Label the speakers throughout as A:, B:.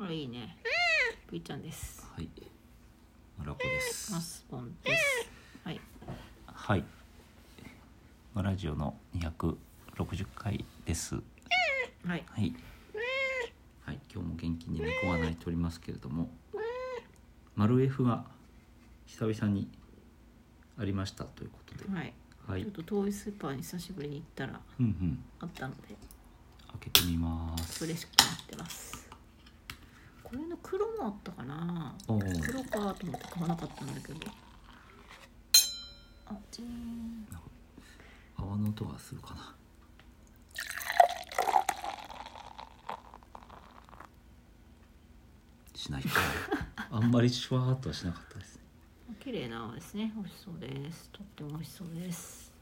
A: あいいね。ぷいちゃんです。
B: はい。マラコです
A: マ。スボンです。はい。
B: はい。マラジオの260回です。
A: はい。
B: はい。はい、今日も元気に猫が鳴いておりますけれども。マルエフが久々にありましたということで。
A: はい。
B: はい。
A: ちょっ
B: う
A: と遠いスーパーに久しぶりに行ったら
B: んうん。
A: あったので
B: 開けてみます。
A: 嬉しくなってます。これの黒もあったかな。
B: おお。
A: 黒かと思って買わなかったんだけど。あ、ジーン。
B: 泡の音がするかな。しないか。あんまりシュワーっとはしなかったですね。
A: 綺麗な泡ですね。美味しそうです。とっても美味しそうです。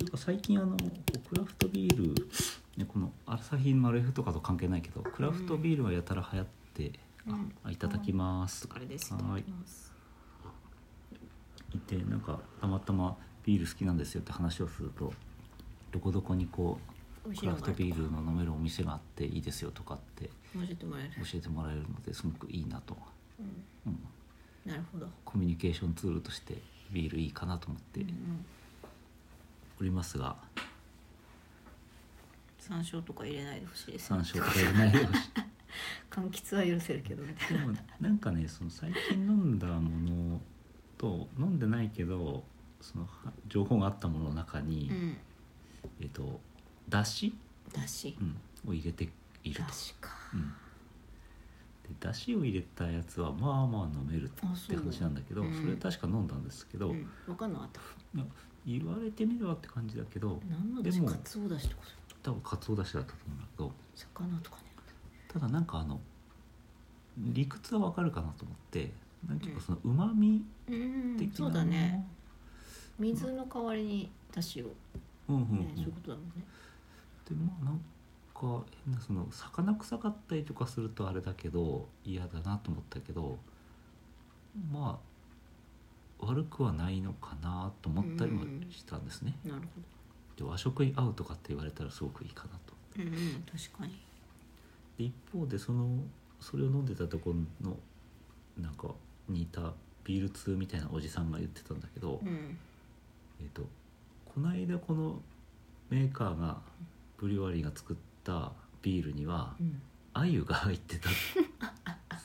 B: なんか最近あのこうクラフトビール、ね、このアサヒマルエフとかと関係ないけどクラフトビールはやたら流行って、
A: うん
B: あいただきます
A: あれです。
B: はい
A: ただ
B: い
A: きます。
B: てなんかたまたまビール好きなんですよって話をするとどこどこにこ
A: 美
B: う
A: 味し
B: ク
A: い
B: ラ
A: のがあ
B: フト
A: ると
B: ビールの飲めるお店があっていいですよとかって
A: 教えてもらえる。
B: 教えてもらえるのですごくいいなと、
A: うん
B: うん、
A: なるほど。
B: コミュニケーションツールとしてビールいいかなと思って
A: うんうん
B: おりますが
A: 山椒とか入れないでほしいです、ね
B: 参、照されないように
A: 柑橘は許せるけどみたい
B: でもなんかねその最近飲んだものと飲んでないけどそのは情報があったものの中に、
A: なうん
B: えっとだし、
A: だし
B: うん、を入れていると
A: だ。しか
B: うんでだしを入れたやつはまあまあ飲める
A: あ
B: っ
A: そ
B: て
A: う
B: 話なんだけどそ,、
A: うん
B: れ確か飲んだんですけど、
A: うん、分かんなかった
B: 言われてみればって感じだけど
A: 何のだ
B: で
A: し
B: も
A: かつおだしとかそういうこ
B: 多分かつおだしだったと思うんだけど
A: と魚とかね
B: ただなんかあの理屈はわかるかなと思ってなんていうかそのうまみ
A: うん
B: 的な
A: そう
B: もの、
A: だね水の代わりにだしをね、
B: うんうんうん、
A: そういうことだもんね
B: でまあなんか変なその魚臭かったりとかするとあれだけど嫌だなと思ったけどまあ悪くはないのかなと思ったりもしたんですね、
A: なるほ
B: で和食に合うとかって言われたらすごくいいかなと
A: どうんうん確かに
B: で一方でそのそれを飲んでたところのなんか似たビール通みたいなおじさんが言ってたんだけど、
A: うん
B: えっ、とこの間このメーカーがブリュワリーが作ったビールには
A: うん
B: 鮎が入ってたっ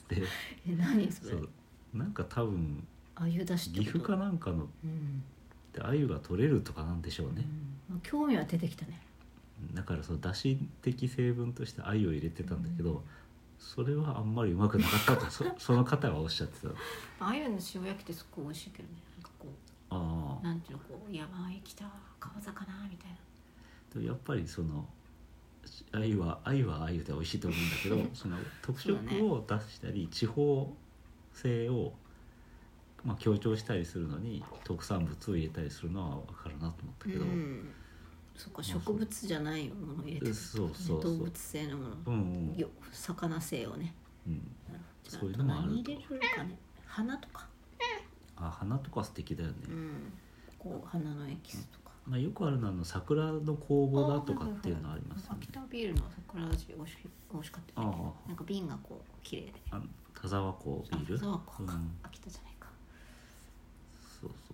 B: て
A: え何 それ
B: そうなんか多分
A: あゆだしって
B: 岐
A: こと
B: 阜かなんかの
A: うん、
B: で鮎が取れるとかなんでしょう
A: う
B: ね、
A: んまあ、興味は出てきたね
B: だからその出汁的成分として鮎を入れてたんだけど、
A: うん
B: それはあんまりうまくなかったとそ その方がおっしゃってた
A: あゆの塩焼きってすごい美味しいけどねなんかこ
B: あ
A: う
B: あ
A: なんていうのこう山へ来た川魚みたいな
B: でもやっぱりその鮎は鮎は鮎で美味しいと思うんだ けどその特色を出したり、地方性をまあ強調したりするのに特産物を入れたりするのは分かるなと思ったけど、
A: うん、そっか
B: あ
A: 植物じゃないものを入れてる
B: そうそうそう
A: 動物性のもの、
B: うんうん
A: よ魚性をね
B: うん、
A: じゃあ
B: そういうのもある
A: 何入れるかね花とか、
B: あ花とか素敵だよね、
A: うん、こう花のエキスとか、
B: まあ、よくあるのはあの桜の工房だとかっていうのはありますよね
A: 秋田ビールの桜味美味し美味しかったよね
B: あ
A: なんか瓶がこう綺麗で
B: ああの田沢湖ビール
A: あそうか、
B: うん、
A: 秋田じゃないか
B: そうそ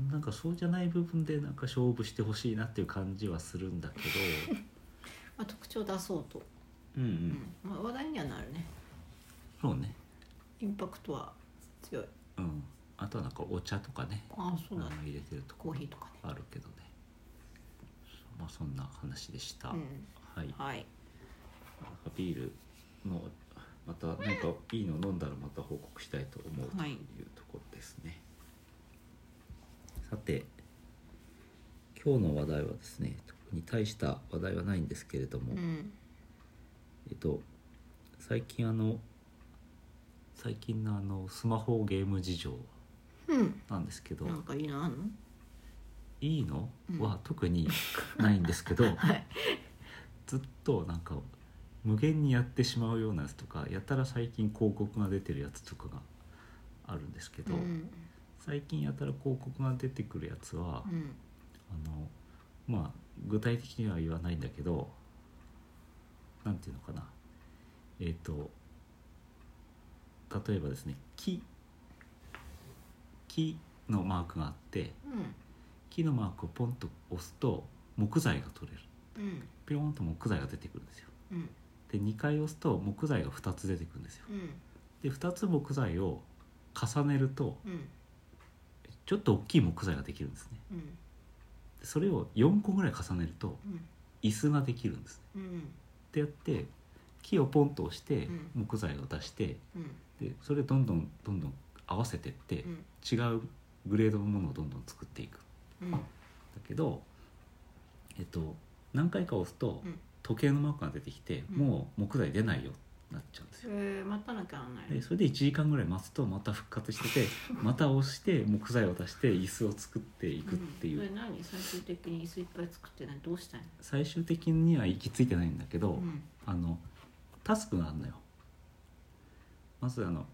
B: うなんかそうじゃない部分でなんか勝負してほしいなっていう感じはするんだけど
A: まあ、特徴出そうと、
B: うん
A: う
B: う
A: んんまあ、話題にはなるね
B: そうね
A: インパクトは強い
B: うんあとはなんかお茶とかね
A: ああそうだね
B: あの入れてると
A: コ
B: こ
A: ーヒーとかね
B: あるけどねまあそんな話でした、
A: うん
B: はいなんか
A: はい
B: ビールのまたなんかいいの飲んだらまた報告したいと思うと
A: はい
B: いうところですね、さて今日の話題はですね特に大した話題はないんですけれども、
A: うん
B: えっと最近あの最近のあのスマホゲーム事情
A: うん
B: なんですけど、
A: なんかいいのあんの
B: いいの
A: うん
B: は特にないんですけど、
A: はい
B: ずっとなんか無限にやってしまうようなやつとかやたら最近広告が出てるやつとかがあるんですけど、
A: うん
B: 最近やたら広告が出てくるやつは、
A: うん
B: あのまあ具体的には言わないんだけどなんていうのかなえっ、と例えばですね木木のマークがあっ
A: う
B: て
A: ん
B: 木のマークをポンと押すと木材が取れる
A: うん
B: ピローンと木材が出てくるんですよ
A: うん
B: で2回押すと木材が2つ出てくるんですよ
A: うん
B: で2つ木材を重ねると
A: うん
B: ちょっと大きい木材ができるんですね
A: うん
B: でそれを4個ぐらい重ねると
A: うん
B: 椅子ができるんですね
A: うん
B: ってやって木をポンと押して
A: うん
B: 木材を出して
A: うん
B: でそれをどんどんどんどん合わせてって
A: うん
B: 違うグレードのものをどんどん作っていくだ
A: うん
B: けどえっと何回か押すと
A: うん
B: 時計のマークが出てきて
A: うん
B: もう木材出ないよってなっちゃうんですよ
A: えー、待たなきゃならない
B: でそれで1時間ぐらい待つとまた復活して てまた押して木材を出して椅子を作っていくっていう
A: うん、それ何最終的に椅子いっぱい作ってないどうしたいの
B: 最終的には行き着いてないんだけど、
A: うん
B: あのタスクがあるのよまずあの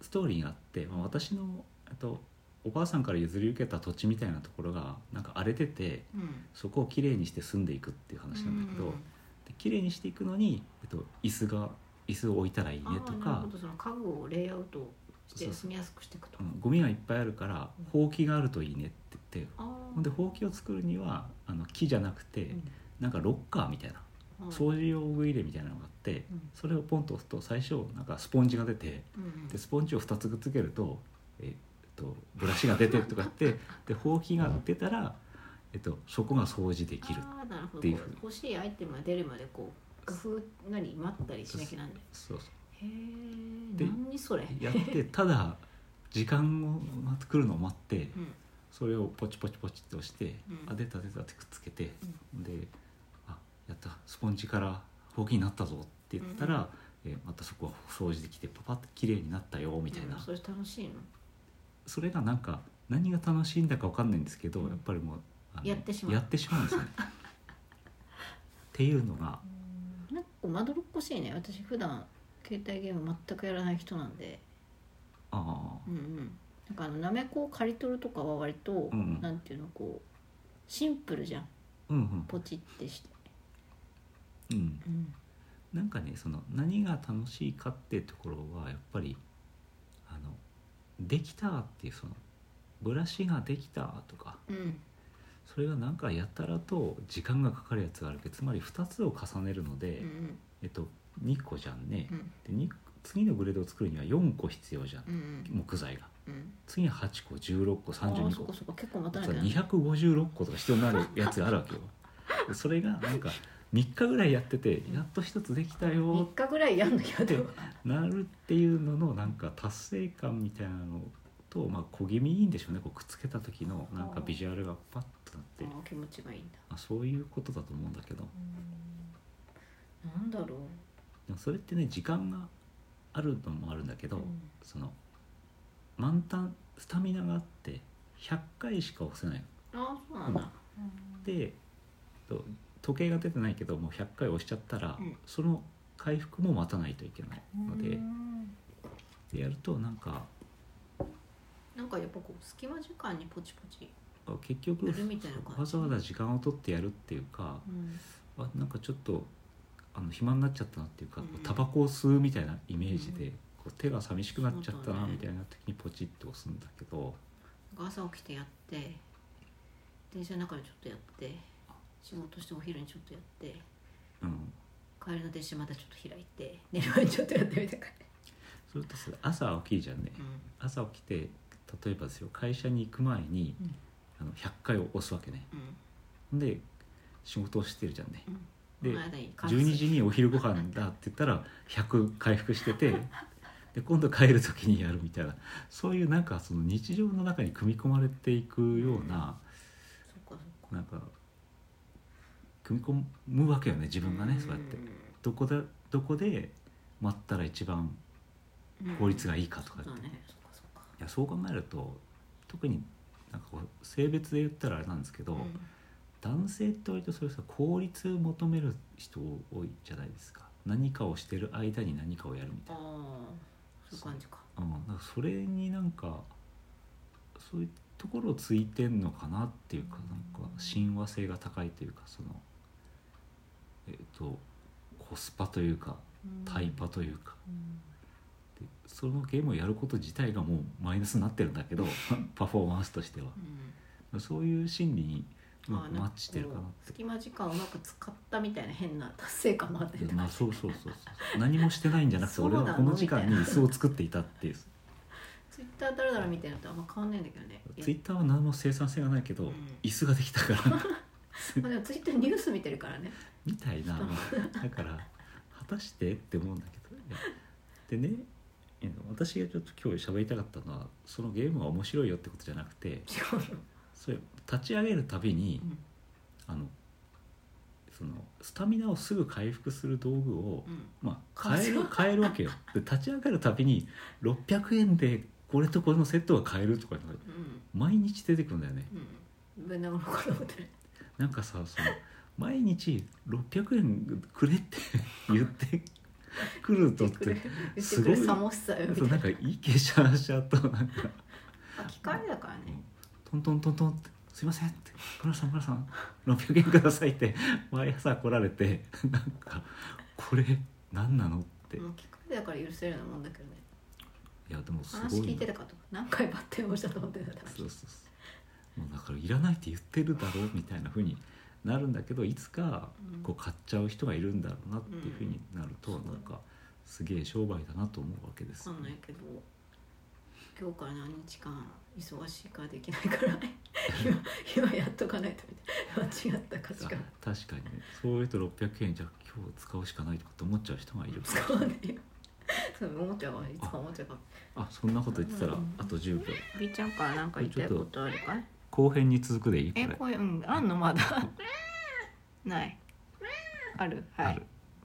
B: ストーリーがあって、まあ、私のあとおばあさんから譲り受けた土地みたいなところがなんか荒れてて
A: うん
B: そこをきれいにして住んでいくっていう話なんだけど、で綺麗にしていくのに、えっと、椅子が椅子を置いたらいいね
A: うん
B: と
A: あーなる
B: か
A: ほどその家具をレイアウトして
B: そうそう
A: 住みやすくしていくと
B: うんゴミがいっぱいあるからほうきがあるといいねって言って
A: あ
B: ほんでほうきを作るにはあの木じゃなくて、なんかロッカーみたいな
A: う
B: 掃除用具入れみたいなのがあって
A: うん
B: それをポンと押すと最初なんかスポンジが出て
A: んうん
B: でスポンジを2つくっつけると,、えっとブラシが出てとかってでほうきが出たら、えっと、そこが掃除できる
A: あーなるほ
B: って
A: ど
B: いうふうに
A: 欲しいアイテムが出るまでこう工夫なり待ったりしなきゃなんない
B: そうそ
A: へえ
B: で
A: 何それ
B: うや ってただ時間を待って来るのを待って
A: うん
B: それをポチポチポチって押して、
A: うん
B: あ出た出たってくっつけて、であやったスポンジからほうきになったぞって言ったら、えまたそこは掃除できてパパッと綺麗になったよみたいな。
A: うんそれ楽しいの
B: それがなんか何が楽しいんだかわかんないんですけど、
A: うん
B: やっぱりもうあの
A: やってしまう
B: やってしまうんですよね。っていうのが
A: なんかこうまどろっこしいね私普段携帯ゲーム全くやらない人なんで
B: あ
A: うんうんなんかあのなめこを刈り取るとかは割と、
B: うんうん
A: なんていうのこうシンプルじゃん
B: あうんうん
A: ポチってして、
B: うん
A: うん、
B: なんかねその何が楽しいかっていうところはやっぱりあのできたっていうそのブラシができたとか
A: うん
B: それがなんかやたらと時間がかかるやつがあるけどつまり2つを重ねるので、
A: うんうん
B: えっと2個じゃんね
A: う、ん
B: でに次のグレードを作るには4個必要じゃん、
A: うん
B: 木材が。
A: うん
B: 次は8個16個
A: あー
B: 32
A: そ
B: 個
A: こそこ結構待たなきゃならない
B: 256個とか必要になるやつがあるわけよでそれがなんか3日ぐらいやっててやっと一つできたよ
A: 3日ぐらいやんなきゃ でも
B: ってなるっていうののなんか達成感みたいなのと、まあ、小気味いいんでしょうねこうくっつけた時のなんかビジュアルがパッとなって、ま
A: あー気持ちがいいんだ
B: あ、そういうことだと思うんだけど
A: うんなんだろう
B: でもそれってね時間があるのもあるんだけど、
A: うん
B: その満タンスタミナがあって100回しか押せない
A: あーそうなんだ
B: でと時計が出てないけどもう100回押しちゃったら、
A: うん
B: その回復も待たないといけないので,、
A: うん
B: でやるとなんか
A: なんかやっぱこう隙間時間にポチポチ
B: 結局
A: やるみたいな感じ
B: わざわざ時間を取ってやるっていうか
A: うん
B: あなんかちょっとあの暇になっちゃったなっていうかこ
A: うん
B: うタバコを吸うみたいなイメージで、
A: うん
B: こう手が寂しくなっちゃった
A: そうだ
B: な
A: ね
B: みたいな時にポチッと押すんだけど
A: 朝起きてやって電車の中でちょっとやって仕事してお昼にちょっとやって
B: うん、
A: 帰りの電車またちょっと開いて寝る前にちょっとやってみたいな
B: それとさ朝起きるじゃんね、
A: うん
B: 朝起きて例えばですよ会社に行く前に、
A: うん
B: あの100回を押すわけね。
A: うん
B: で仕事をしてるじゃんね
A: うん
B: で
A: この間に完成
B: 12時にお昼ご飯だって言ったら100回復して てで今度帰る時にやるみたいなそういうなんかその日常の中に組み込まれていくような
A: そっかそっか
B: なんか組み込むわけよね自分がね
A: ん
B: そうやってどこでどこで待ったら一番効率がいいかとかって
A: そうだ
B: い
A: ねそっかそっか
B: やそう考えると特になんかこう性別で言ったらあれなんですけど、
A: うん
B: 男性って割とそういうさ効率を求める人多いじゃないですか何かをしてる間に何かをやるみたい
A: ああそういう感じか
B: な,、うん、なんかそれになんかそういうところをついてんのかなっていうかなんか親和性が高いというかそのえっとコスパというか
A: うん
B: タイパというか、
A: うん
B: でそのゲームをやること自体がもうマイナスになってるんだけど パフォーマンスとしては
A: うん
B: そういう心理にうま
A: あな
B: く
A: ん
B: マ
A: か
B: ッチしてるかな
A: こう隙間時間をうまく使ったみたいな変な達成感もあって
B: いやまあそうそうそうそう何もしてないんじゃなくて
A: そう
B: 俺
A: なの
B: はこの時間に椅子を作っていたっていう
A: ツイッターだらだら見てるのとあんま変わんないんだけどね
B: ツイッターは何も生産性がないけど、
A: うん
B: 椅子ができ たから
A: まあでもツイッターニュース見てるからね
B: みたいなまあだから果たしてって思うんだけどいやでねえー私がちょっと今日喋りたかったのはそのゲームが面白いよってことじゃなくて
A: 違うの
B: それ立ち上げるたびに、
A: うん
B: あのそのスタミナをすぐ回復する道具を、
A: うん
B: まあ、変え
A: あ
B: る
A: そ
B: 変えるわ けよで立ち上がるたびに600円でこれとこれのセットが買えるとかなんか
A: うん
B: 毎日出てくるんだよね
A: うんぶん殴ろうかと思ってる
B: なんかさその毎日600円くれって 言ってくると
A: 言
B: っ
A: ってくれ
B: て
A: る言ってくれ
B: すごい
A: るさもしさよみ
B: そう
A: た
B: ないん
A: な
B: かいい傾斜しちゃうとなんか
A: あ機械だからね
B: トントントントンって「すいません」って「村さん村さん600円ください」って毎朝来られてなんか「これ何なの?」ってい
A: もう機械だから許せるようなもんだけどね
B: やでもす
A: 話
B: ご
A: 聞
B: い
A: いて
B: な
A: たかと何回バッテン押したと思ってたんだ
B: そうそうそうもうだからいらないって言ってるだろうみたいな風になるんだけどいつか
A: うん
B: こう買っちゃう人がいるんだろうなっていう風になると
A: うん
B: なんかすげえ商売だなと思うわけです
A: わか
B: よ
A: んない
B: ね。
A: けど今日から何日間忙しいからできないから今今やっとかないとみたいな間違った価値観
B: あ確かにねそういうと600円じゃ今日使うしかないとかって思っちゃう人がいる
A: 使わねえよそうおもちゃはいつかおもちゃが
B: あそんなこと言ってたら
A: うん
B: あと10秒。
A: B ちゃんから何か言いたいことあるかい
B: 後編に続くでいいこ
A: え
B: れ
A: これうんあんのまだないあるは
B: あ
A: い
B: る